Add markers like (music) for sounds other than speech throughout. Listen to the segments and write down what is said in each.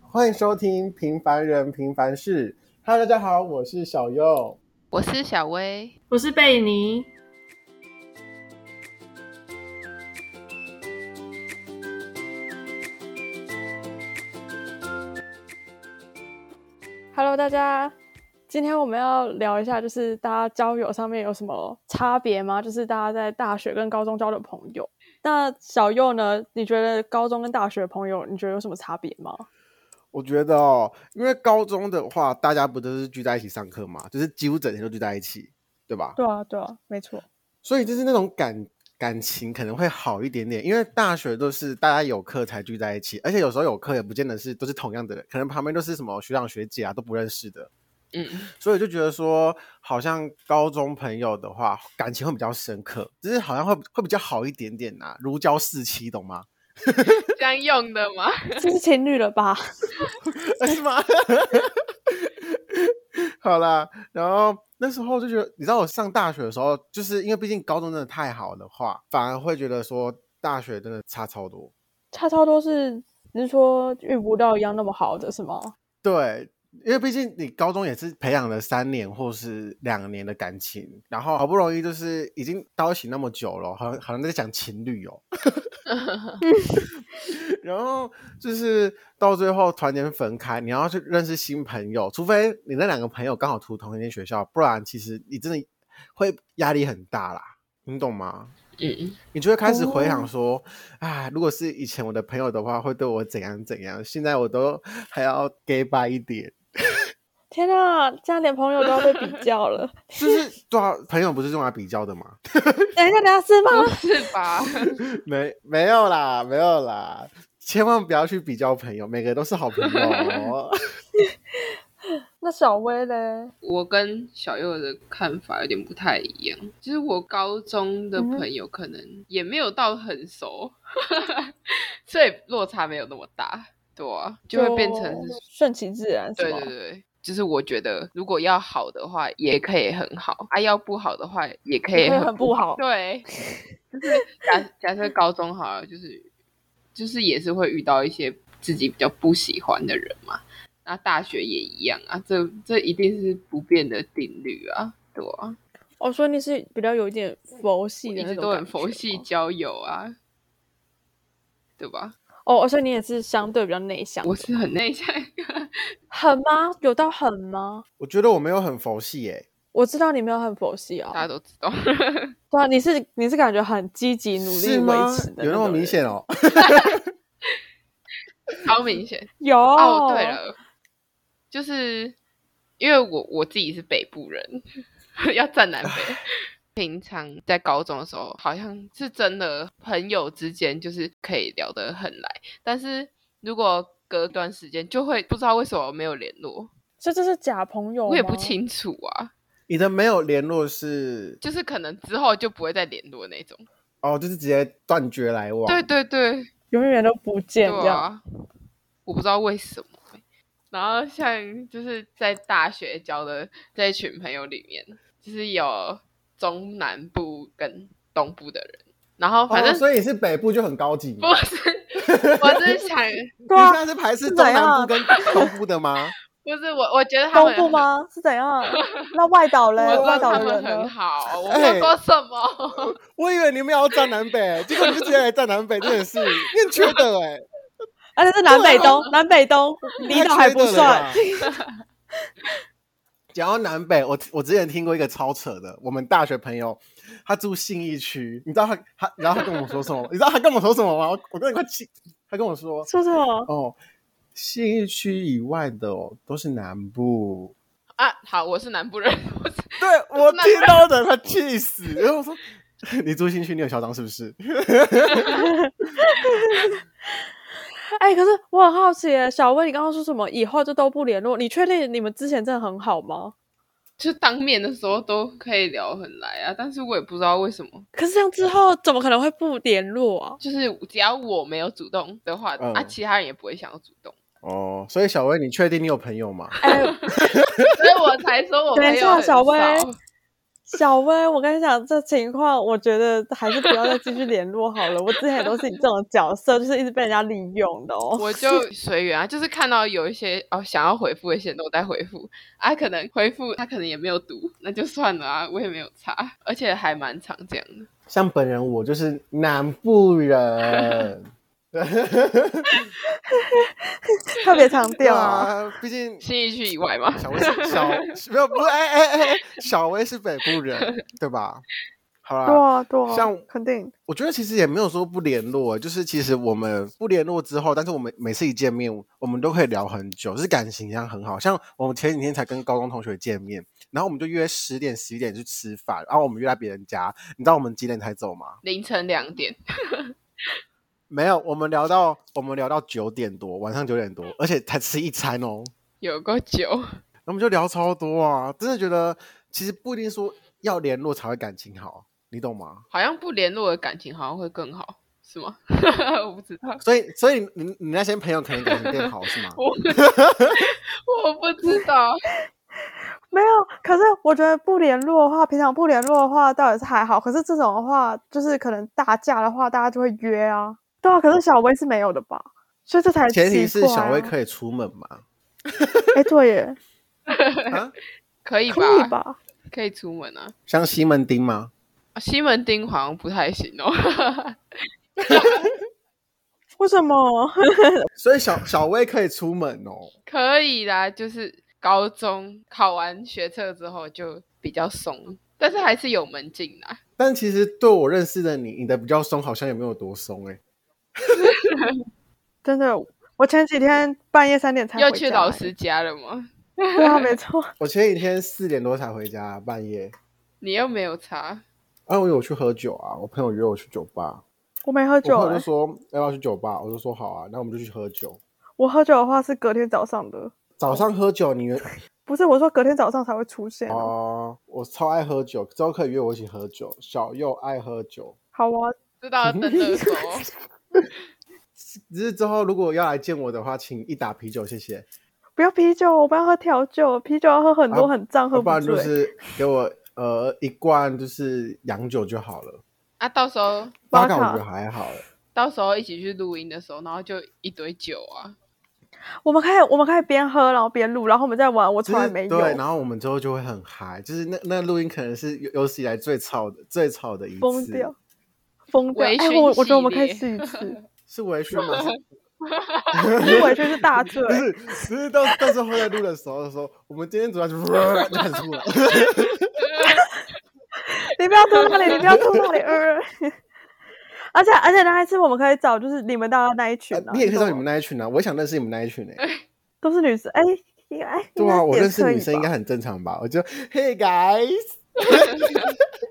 欢迎收听《平凡人平凡事》。Hello，大家好，我是小优。我是小薇，我是贝尼。 Hello，大家，今天我们要聊一下，就是大家交友上面有什么差别吗？就是大家在大学跟高中交的朋友。那小右呢？你觉得高中跟大学的朋友，你觉得有什么差别吗？我觉得哦，因为高中的话，大家不都是聚在一起上课嘛，就是几乎整天都聚在一起，对吧？对啊，对啊，没错。所以就是那种感感情可能会好一点点，因为大学都是大家有课才聚在一起，而且有时候有课也不见得是都是同样的人，可能旁边都是什么学长学姐啊都不认识的，嗯，所以我就觉得说，好像高中朋友的话感情会比较深刻，只是好像会会比较好一点点呐、如胶似漆，懂吗？ (laughs) 这样用的吗？这是情侣了吧？是吗？ (laughs) 好啦，然后那时候就觉得，你知道我上大学的时候，就是因为毕竟高中真的太好的话，反而会觉得说大学真的差超多。差超多是你是说遇不到一样那么好的是吗？对，因为毕竟你高中也是培养了三年或是两年的感情，然后好不容易就是已经到一起那么久了，好像好像在讲情侣哦。 (laughs) 然后就是到最后团年分开，你要去认识新朋友，除非你那两个朋友刚好读同一间学校，不然其实你真的会压力很大啦，你懂吗？嗯，你就会开始回想说，啊、如果是以前我的朋友的话，会对我怎样怎样，现在我都还要 gay 拜一点。天啊，这样连朋友都要被比较 (laughs) 了。 (laughs) 就是对啊，朋友不是用来比较的吗？等一下，等一下是吗？ (laughs) 不是吧？ (laughs) (laughs) 没没有啦，没有啦，千万不要去比较朋友，每个都是好朋友哦。那小薇嘞？我跟小右的看法有点不太一样，就是我高中的朋友可能也没有到很熟， (laughs) 所以落差没有那么大，对啊，就会变成是顺其自然是对吗？对对，就是我觉得如果要好的话，也可以很好啊；要不好的话，也可以会很很不好。对， (laughs) 就是假假设高中好了，就是就是也是会遇到一些自己比较不喜欢的人嘛。那大学也一样啊，这这一定是不变的定律啊，对啊，哦，所以你是比较有一点佛系一的那直种都很感佛觉系吗交友啊，对吧？哦，而且你也是相对比较内向的，我是很内向，很吗？有到很吗？ (laughs) 我觉得我没有很佛系耶、我知道你没有很佛系大家啊，都知道，对啊，你是你是感觉很积极努力是维吗持？的，有那么明？显哦？超明显。有哦，对，了，就是因为我我自己是北部人， (laughs) 要站南北。平常在高中的时候，好像是真的朋友之间就是可以聊得很来，但是如果隔段时间就会不知道为什么没有联络，所以这是假朋友，我也不。清楚啊， (laughs) 你的没有联络是就是可能之后就不会再联络那种。哦，就是直接断绝来往。对对对，永远都不见这对样，啊，我不知道为什么欸。然后像就是在大学交的这一群朋友里面，就是有中南部跟东部的人，然后哦，反正、所以你是北部就很高级嘛不。是，我是想，你对啊现，在是排斥中南部跟东部的吗？ (laughs) 不是我，我觉得他东们部很？吗？是怎样？那外岛嘞？我外说岛他的人们很呢？好，我哎不说什么，我以为你们要站南北，结果你就直接来站南北，真的是你很缺德哎、而啊且是南北东，南北东，离岛还不太。算缺德了吧。 (laughs) 讲到南北，我我之前听过一个超扯的，我们大学朋友，他住信义区，你知道他他，然后他跟我说什么？ (laughs) 你知道他跟我说什么吗？我我跟你快气，他跟我说 (laughs) 说什么？哦，信义区以外的哦都是南部。哎啊，好，我是南部人，我是对我那听到的他气死， (laughs) 然后我说你住信义区你有嚣张是不是？ (laughs) 哎，可是我很好奇耶，小薇，你刚刚说什么？以后就都不联络？你确定你们之前真的很好吗？就当面的时候都可以聊很来啊，但是我也不知道为什么，可是这样之后怎么可能会不联络啊？就是只要我没有主动的话，嗯啊，其他人也不会想要主动。哦，所以小薇， (laughs) 你确定你有朋友吗？哎，所以我才说我等朋一友下很小少。薇小薇，我跟你讲，这情况我觉得还是不要再继续联络好了。我之前也都是你这种角色，就是一直被人家利用的哦。我就随缘啊，就是看到有一些哦想要回复的线都在回复啊，可能回复他可能也没有读，那就算了啊，我也没有查，而且还蛮常这样的。像本人我就是南部人，特别强调啊，啊，毕竟新一区以外 (laughs) 嘛，小薇是小没有不是哎哎哎，小薇是北部人对吧？好对啦，啊对啊，像肯定我觉得其实也没有说不联络，欸就是其实我们不联络之后，但是我们每次一见面，我们都可以聊很久，就是感情一样很好。像我们前几天才跟高中同学见面，然后我们就约十点十一点去吃饭，然后我们约在别人家，你知道我们几点才走吗？凌晨两点，没有，我们聊到我们聊到九点多，晚上九点多，而且才吃一餐哦，有够久，然后我们就聊超多啊，真的觉得其实不一定说要联络才会感情好，你懂吗？好像不联络的感情好像会更好，是吗？ (laughs) 我不知道，？所以，所以你你那些朋友可能感情变好 (laughs) 是吗我我 (laughs) 不知道，没有。可是我觉得不联络的话，平常不联络的话倒也是还好。可是这种的话，就是可能大假的话，大家就会约啊。对啊，可是小薇是没有的吧？所以这才、奇前提是怪小薇啊可以出门嘛？哎，对耶，啊，可以吧？可以吧？可以出门啊。像西门町吗？啊西门町好像不太行哦，为什么？ (laughs) 所以小小薇可以出门哦。可以啦，就是高中考完学测之后就比较松，但是还是有门禁啦。但其实对我认识的你，你的比较松，好像也没有多松哎、真的，我前几天半夜三点才要回去家老哎师家了吗？对啊，没错。我前几天四点多才回家，半夜。你又没有查，啊，我有去喝酒啊，我朋友约我去酒吧，我没喝我酒、朋友就欸，说要不要去酒吧，我就说好啊，那我们就去喝酒。我喝酒的话是隔天早上的，早上喝酒，你原不是我说隔天早上才会出现、啊。哦，我超爱喝酒，之后可以约我一起喝酒。小右爱喝酒，好啊，知道要 (laughs) 等热搜哦，只是之后如果要来见我的话，请一打啤酒，谢谢。不要啤酒，我们要喝调酒，啤酒要喝很多，啊很胀，喝要不然醉。就是给我呃一罐就是洋酒就好了。啊，到时候八巴嘎卡我觉得还好欸，到时候一起去录音的时候，然后就一堆酒啊，我们可以，我们可以边喝然后边录，然后我们再玩。我就从来是没有，对，然后我们之后就会很嗨，就是那那录音可能是有有史以来最吵的最吵的一次，疯掉，疯掉。微哎、醺我我觉系得我们可以列试一 (laughs) 次，是微醺吗？因为我就是大醉。不是，就是到到时候在录的时候说，我们今天 (laughs) 主要就是就很出来。你不要吐那里，你不要吐那里。呃而且而且那一次我们可以找就是你们到那一群、啊啊你也可以懂找你吗们那一群啊，我也想认识你们那一群哎、都是女生。哎、应该应 (laughs) 对该啊，我也认识可女以生应吧该很正常吧？我就 Hey guys，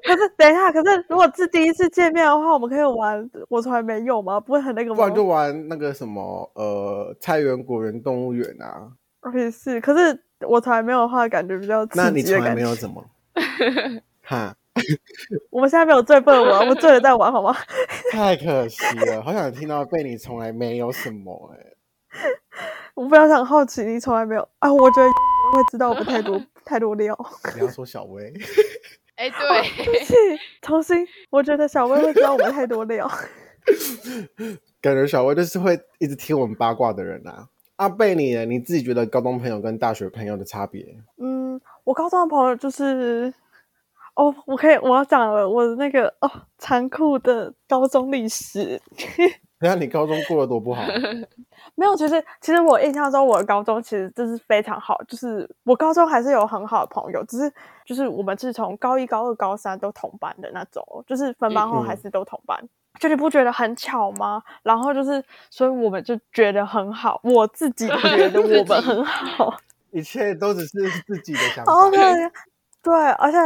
可是等一下，可是如果是第一次见面的话，我们可以玩我从来没有吗？不会很那个不吗？然就玩那个什么呃菜园、果园、动物园啊。 (laughs) 也是，可是我从来没有的话，感觉比较刺那你激从的来感没有觉。怎 (laughs) 么？哈，我们现在没有醉笨我们醉了再玩好吗？太可惜了，好想听到被你从来没有什么哎、我非常想好奇，你从来没有啊？我觉得会知道我们太多太多料。不要说小薇， (laughs) 哎、对， (laughs) 是，童心，我觉得小薇会知道我们太多料。感觉小薇就是会一直听我们八卦的人啊。啊，贝你呢，你自己觉得高中朋友跟大学朋友的差别？嗯，我高中的朋友就是，哦，我可以，我要讲了，我的那个哦，残酷的高中历史。等一下你高中过得多不 (laughs) 好啊？没有，其实其实我印象中，我的高中其实就是非常好，就是我高中还是有很好的朋友，只是就是我们是从高一、高二、高三都同班的那种哦，就是分班后嗯嗯还是都同班。就你不觉得很巧吗？然后就是，所以我们就觉得很好，我自己觉得我们很好。一切都只是自己的想法。哦， (laughs) 对对，而且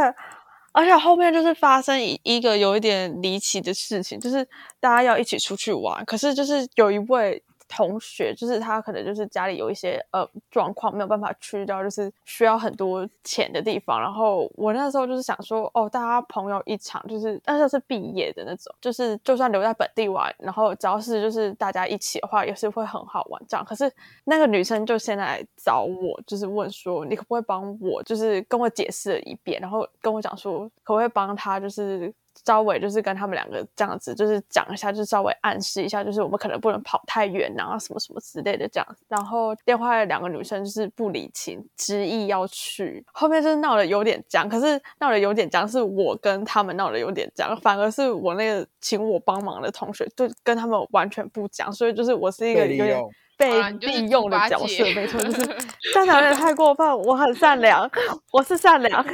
而且后面就是发生一一个有一点离奇的事情，就是大家要一起出去玩，可是就是有一位同学，就是他可能就是家里有一些呃状况，没有办法去到就是需要很多钱的地方。然后我那时候就是想说，哦，大家朋友一场，就是那时候是毕业的那种，就是就算留在本地玩，然后只要是就是大家一起的话，也是会很好玩这样。可是那个女生就先来找我，就是问说，你可不可以帮我，就是跟我解释了一遍，然后跟我讲说，可不可以帮她就是稍微就是跟他们两个这样子，就是讲一下，就是稍微暗示一下，就是我们可能不能跑太远，然后什么什么之类的这样。然后电话的两个女生就是不理情，执意要去，后面就是闹得有点僵。可是闹得有点僵，是我跟他们闹得有点僵，反而是我那个请我帮忙的同学，就跟他们完全不讲，所以就是我是一个被利有点用。被啊你就是利用的猪八角色，戒没 (laughs) 错，就是善良有点太过分。我很善良，我是善良，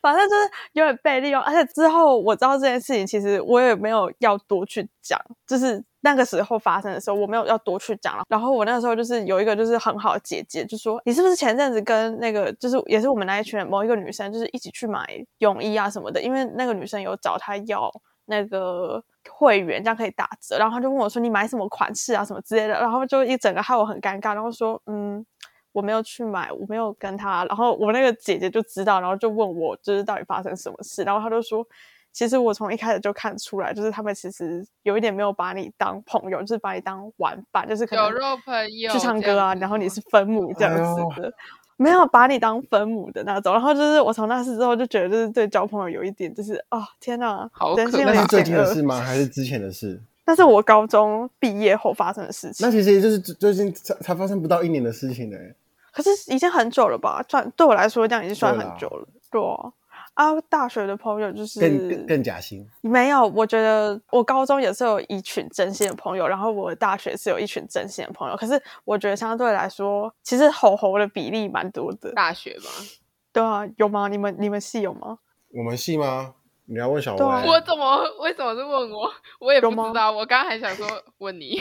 反正就是有点被利用。而且之后我知道这件事情，其实我也没有要多去讲，就是那个时候发生的时候，我没有要多去讲。然后我那个时候就是有一个就是很好的姐姐，就说你是不是前阵子跟那个就是也是我们那一群人某一个女生，就是一起去买泳衣啊什么的，因为那个女生有找她要那个会员，这样可以打折。然后他就问我说：“你买什么款式啊，什么之类的。”然后就一整个害我很尴尬。然后说：“嗯，我没有去买，我没有跟他。”然后我那个姐姐就知道，然后就问我就是到底发生什么事。然后他就说：“其实我从一开始就看出来，就是他们其实有一点没有把你当朋友，就是把你当玩伴，就是可能酒肉朋友去唱这歌样啊，子然后你吗是分母这样哎子的，没有把你当分母的那种。然后就是我从那次之后就觉得，就是对交朋友有一点，就是啊、天哪，好人可性有那点是最险近的事恶。吗？还是之前的事？那是我高中毕业后发生的事情那，其实就是最最近才才发生不到一年的事情呢、可是已经很久了吧？算对我来说，这样已经算对很啦久了。对啊，啊，大学的朋友就是更更更假心。没有，我觉得我高中也是有一群真心的朋友，然后我大学是有一群真心的朋友。可是我觉得相对来说，其实吼吼的比例蛮多的。大学吗？对啊，有吗？你们你们系有吗？我们系吗？你要问小对啊歪。我怎么为什么是问我？我也有不吗知道。我刚刚还想说问 (laughs) 你，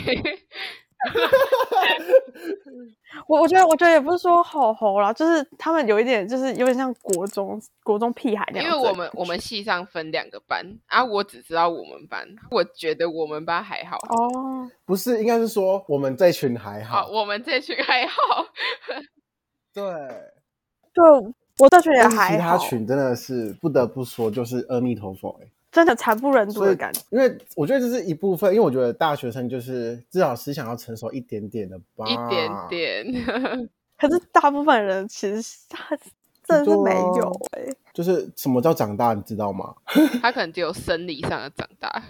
我我觉得我觉得也不是说吼吼啦，就是他们有一点就是有点像国中国中屁孩那因样为子的感我觉。们我们系上分两个班啊，我只知道我们班，我觉得我们班还好。哦，不是，应该是说我们这群还好，好。我们这群还好，对，对我这群也但是还其他好，群真的是不得不说，就是阿弥陀佛、欸。真的惨不忍睹所的以感觉。，因为我觉得这是一部分，因为我觉得大学生就是至少思想要成熟一点点的吧，一点。点。 (laughs) 可是大部分人其实是 (laughs) 他真的是没有哎、啊就是什么叫长大，你知道吗？他可能只有生理上的长大，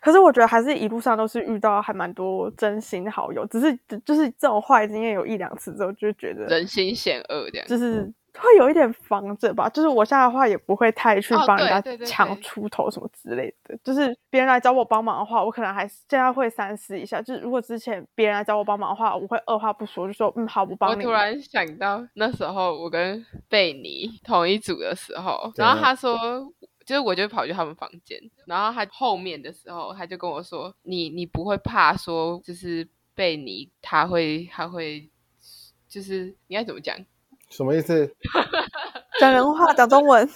可是我觉得还是一路上都是遇到还蛮多真心好友，只是就是这种坏经验有一两次之后，就会觉得人心险恶这样。就是会有一点防着吧。就是我现在的话，也不会太去哦帮对人家对对抢对出头什么之类的。就是别人来找我帮忙的话，我可能还是现在会三思一下。就是如果之前别人来找我帮忙的话，我会二话不说就说嗯好，我我帮你。突然想到那时候我跟贝尼同一组的时候，怎然样后他说，就是我就跑去他们房间，然后他后面的时候他就跟我说，你你不会怕说就是贝尼他会他会就是应该怎么讲，什么意思？讲人话讲中 (laughs) 文，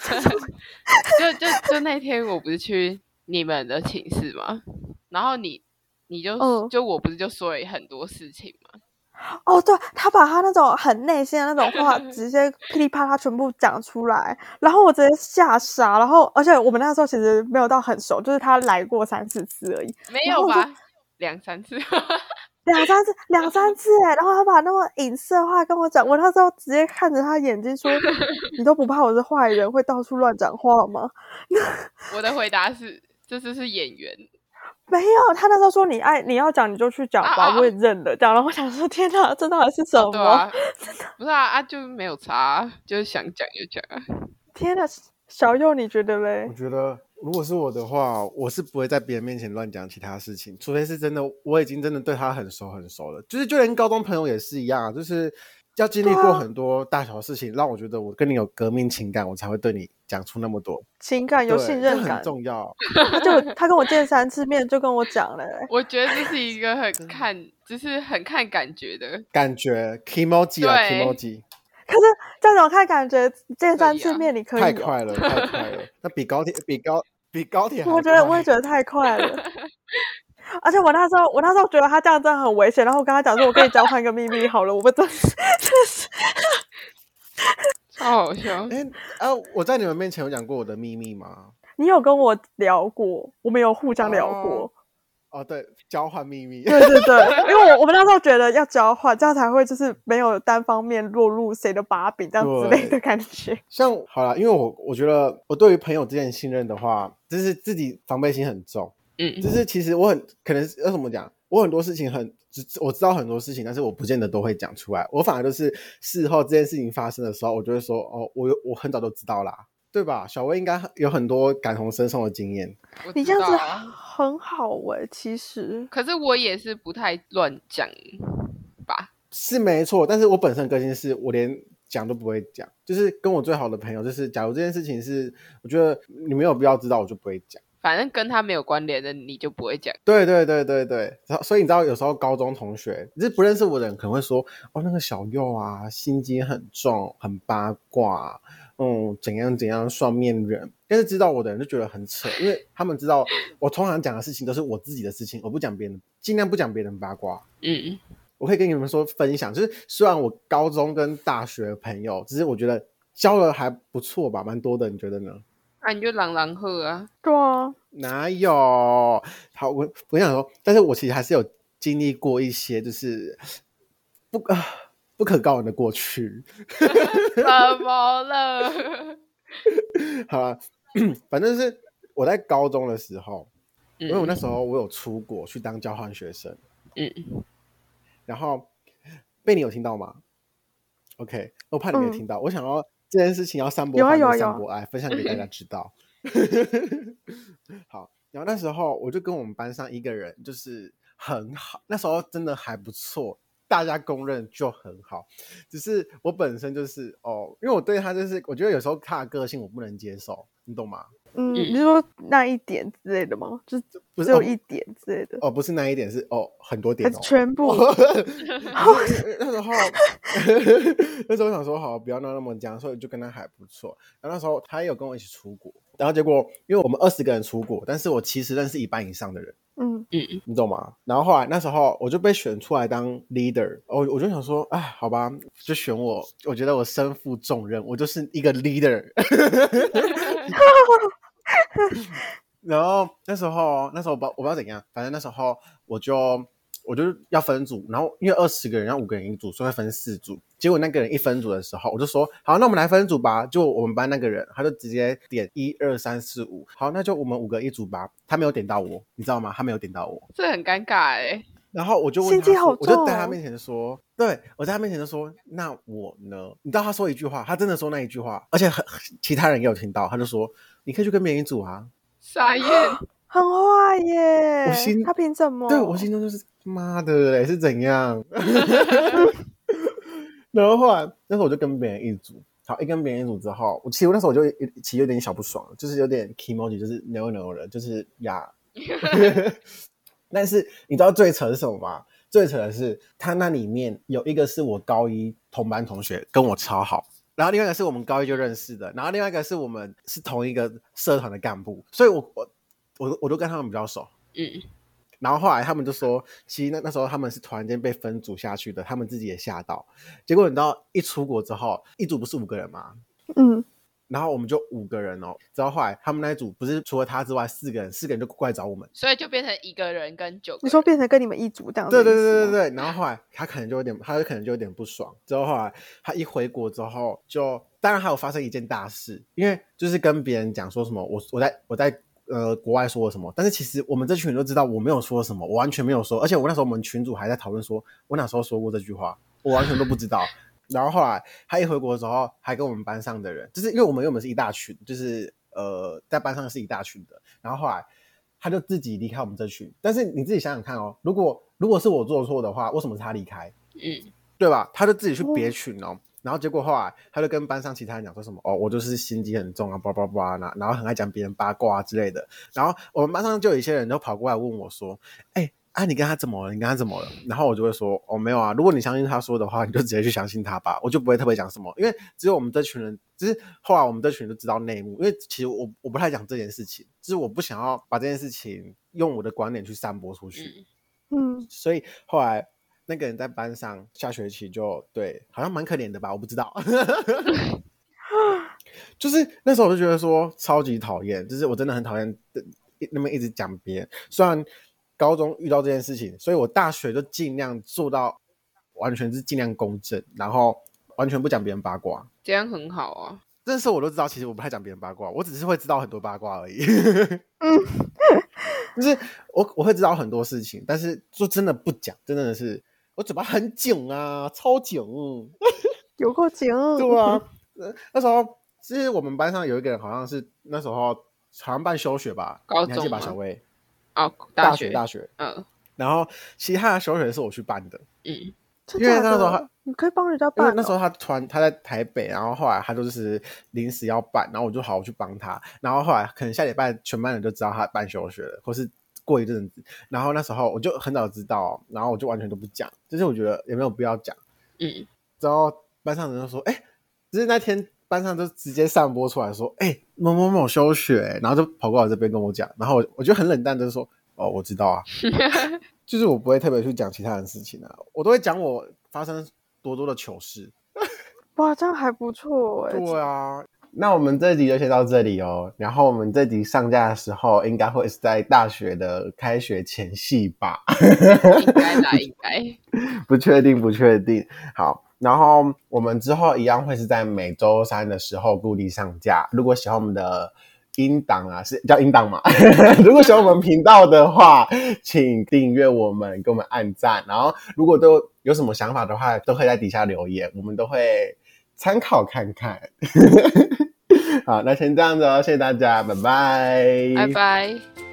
就就就那天我不是去你们的寝室吗？然后你你就、嗯就我不是就说了很多事情吗？哦，对，他把他那种很内心的那种 (laughs) 话直接噼里啪啦全部讲出来，然后我直接吓傻。然后，而且我们那时候其实没有到很熟，就是他来过三四次而已，没然后有我吧？两三次， (laughs) 两三次，两三次哎。然后他把那么隐射话跟我讲，我那时候直接看着他眼 (laughs) 睛说：“你都不怕我是坏人，会到处乱讲话吗我的回答是这就是演员，？”没有，他那时候说：“你爱你要讲你就去讲吧啊，啊我也认了。”这样，然后我想说：“天哪，这到底是什么？” (laughs) 对啊，不是啊啊，就没有差啊，就是想讲就讲啊。天哪，小右你觉得嘞我？觉得如果是我的话，我是不会在别人面前乱讲其他事情，除非是真的我已经真的对他很熟很熟了。就是就连高中朋友也是一样啊，就是要经历对过啊很多大小事情，让我觉得我跟你有革命情感，我才会对你讲出那么多。情感有对信这任感很，重要。他就他跟我见三次面，就跟我讲了、欸，我觉得这是一个很看，就是很看感觉的。感 (laughs) 觉 emoji 啊对，emoji 这种看感觉见三可以次啊面你可以、哦太，快了， (laughs) 太快了，那比高铁比高比高铁还我觉得快我也觉得太快了。而且我那时候，我那时候觉得他这样真的很危险，然后我跟他讲说，我跟你交换一个秘密好了，我们真是 (laughs) 真是超好 (laughs) 笑。哎、啊，我在你们面前有讲过我的秘密吗？你有跟我聊过，我们有互相聊过，哦，对，交换秘密。对对对，因为我我们那时候觉得要交换，这样才会就是没有单方面落入谁的把柄这样之类的对感觉。 (laughs) 像好了，因为我我觉得我对于朋友之间的信任的话，就是自己防备心很重，嗯，就是其实我很可能是要怎么讲，我很多事情很只我知道很多事情，但是我不见得都会讲出来，我反而就是事后这件事情发生的时候，我就会说哦，我有我很早都知道啦，对吧？小薇应该有很多感同身受的经验，我你知这样子道啊很好哎、其实可是我也是不太乱讲吧。是没错，但是我本身的个性是我连讲都不会讲，就是跟我最好的朋友，就是假如这件事情是我觉得你没有必要知道，我就不会讲。反正跟他没有关联的，你就不会讲。对对对对对，然后所以你知道，有时候高中同学就是不认识我的人，可能会说哦，那个小右啊，心机很重，很八卦，嗯，怎样怎样，双面人。但是知道我的人就觉得很扯，因为他们知道我通常讲的事情都是我自己的事情，我不讲别人，尽量不讲别人八卦。嗯，我可以跟你们说分享，就是虽然我高中跟大学的朋友，只是我觉得交了还不错吧，蛮多的，你觉得呢？那、啊你就朗朗喝啊。对啊，哪有？好，我我想说，但是我其实还是有经历过一些，就是不啊、不可告人的过去。怎么了？好了， (clears throat) 反正是我在高中的时候，因为我嗯那时候我有出国去当交换学生，嗯，然后被你有听到吗？OK，我怕你没嗯听到，我想要这件事情要散播有啊欢有啊乐有啊散播爱，分享给大家知 (laughs) 道。好，然后那时候我就跟我们班上一个人就是很好，那时候真的还不错，大家公认就很好。只是我本身就是哦，因为我对他就是，我觉得有时候他的个性我不能接受，你懂吗？嗯，嗯你是说那一点之类的吗？就是不是只有哦一点之类的，哦，不是那一点，是哦很多点还哦是，(laughs) 全部？那时候，那时候我想说好，不要闹那么僵，所以就跟他还不错。然后那时候他也有跟我一起出国，然后结果因为我们二十个人出国，但是我其实认识一半以上的人，嗯，你懂吗？然后后来那时候我就被选出来当 leader，我我就想说，哎，好吧，就选我，我觉得我身负重任，我就是一个 leader。然后那时候，那时候我不知道我不知道怎样，反正那时候我就我就要分组，然后因为二十个人要五个人一组，所以会分四组。结果那个人一分组的时候，我就说好，那我们来分组吧。就我们班那个人，他就直接点一二三四五，好，那就我们五个一组吧。他没有点到我，你知道吗？他没有点到我。这很尴尬哎、欸。然后我就问心他机说好我就在重他哦面前说，对我在他面前就说，那我呢？你知道他说一句话，他真的说那一句话，而且很其他人也有听到，他就说你可以去跟别人组啊。傻眼，很坏耶！我心他凭什么？对我心中就是妈的嘞，是怎样？ (laughs) 然后后来那时候我就跟别人一组，好，一跟别人一组之后，我其实那时候我就有其实有点小不爽，就是有点 emoji，就是 no no 了，就是呀。 (laughs) 但是你知道最扯的是什么吗？最扯的是他那里面有一个是我高一同班同学，跟我超好。然后另外一个是我们高一就认识的，然后另外一个是我们是同一个社团的干部，所以我我我我都跟他们比较熟，嗯，然后后来他们就说，其实那那时候他们是突然间被分组下去的，他们自己也吓到。结果你知道，一出国之后，一组不是五个人吗？嗯，然后我们就五个人哦。之后后来他们那一组不是除了他之外四个人，四个人就过来找我们。所以就变成一个人跟九个你人。说变成跟你们一组这样？对对对对。对。然后后来他可能就有点，他就可能就有点不爽。之后后来他一回国之后就，当然还有发生一件大事，因为就是跟别人讲说什么我我在我在。呃，国外说了什么？但是其实我们这群人都知道我没有说什么，我完全没有说，而且我那时候我们群主还在讨论说，我哪时候说过这句话，我完全都不知道。然后后来他一回国的时候，还跟我们班上的人，就是因为我们原本是一大群，就是呃在班上是一大群的。然后后来他就自己离开我们这群。但是你自己想想看哦，如果如果是我做错的话，为什么是他离开？嗯，对吧？他就自己去别群哦。然后结果后来他就跟班上其他人讲说什么哦，我就是心机很重啊，叭叭叭啦，然后很爱讲别人八卦啊之类的。然后我们班上就有一些人就跑过来问我说，哎。啊，你跟他怎么了？你跟他怎么了？然后我就会说，哦，没有啊。如果你相信他说的话，你就直接去相信他吧。我就不会特别讲什么，因为只有我们这群人，就是后来我们这群人就知道内幕。因为其实我我不太讲这件事情，就是我不想要把这件事情用我的观点去散播出去。嗯，嗯，所以后来那个人在班上下学期就对，好像蛮可怜的吧，我不知道。 (laughs) 就是那时候我就觉得说超级讨厌，就是我真的很讨厌呃那么一直讲别人。虽然高中遇到这件事情，所以我大学就尽量做到完全是尽量公正，然后完全不讲别人八卦。这样很好啊。那时候我都知道，其实我不太讲别人八卦，我只是会知道很多八卦而已。嗯， (laughs) 就是我我会知道很多事情，但是就真的不讲，真的是我嘴巴很紧啊，超紧，有够紧，对啊。呃 (laughs) 那时候其实我们班上有一个人，好像是那时候好像办休学吧，高你还记得吧，中吗啊小薇，哦，大学，大学。嗯然后其他的休学是我去办的，嗯，真因为假那时候的他你可以帮人家因办为哦，那时候他突然他在台北，然后后来他就是临时要办，然后我就好我去帮他，然后后来可能下礼拜全班人就知道他办休学了，或是过一阵子，然后那时候我就很早知道，哦然后我就完全都不讲，就是我觉得也没有必要讲。嗯，之后班上人就说：“哎、只是那天班上就直接散播出来说，哎、某某某休学、然后就跑过来这边跟我讲，然后我我就很冷淡的说：“哦，我知道 (laughs) 啊，就是我不会特别去讲其他人的事情啊，我都会讲我发生多多的糗事。”哇，这样还不错哎、对啊，那我们这集就先到这里哦。然后我们这集上架的时候，应该会是在大学的开学前夕 (laughs) 吧？应该啦，应该。不确定，不确定。好，然后我们之后一样会是在每周三的时候固定上架。如果喜欢我们的音档啊，是叫音档嘛？ (laughs) 如果喜欢我们频道的话，请订阅我们，给我们按赞。然后如果都有什么想法的话，都可以在底下留言，我们都会参考看看。 (laughs) 好，那先这样子哦，谢谢大家，拜拜，拜拜。